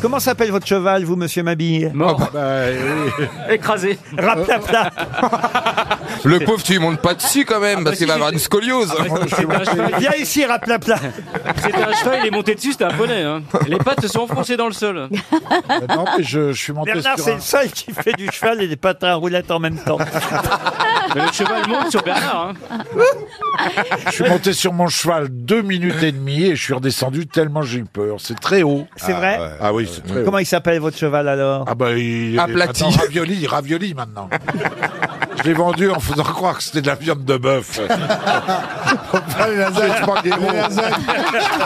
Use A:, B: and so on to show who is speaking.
A: Comment s'appelle votre cheval, vous, monsieur Mabille
B: Mort.
C: Écrasé.
A: Bah, Raplapla.
D: Le pauvre, tu lui montes pas dessus quand même, parce qu'il va avoir une
C: Ah,
D: scoliose.
C: bah,
A: Viens ici, raplapla.
C: C'était un cheval, il est monté dessus, c'était un poney. hein. Les pattes se sont enfoncées dans le sol.
B: Non, mais je, je suis monté
A: Bernard,
B: sur
A: c'est
B: un...
A: le seul qui fait du cheval et des patins à roulettes en même temps.
C: Mais le cheval monte sur Bernard. hein.
B: Je suis monté sur mon cheval deux minutes et demie et je suis redescendu tellement j'ai eu peur. C'est très haut.
A: C'est vrai
B: Ah oui, c'est très haut.
A: Comment il s'appelle, votre cheval, alors
B: Ah bah il
D: Aplati.
B: maintenant, ravioli, ravioli maintenant. Je l'ai vendu en faisant croire que c'était de la viande de bœuf. Pas les lasagnes, je parle des mots.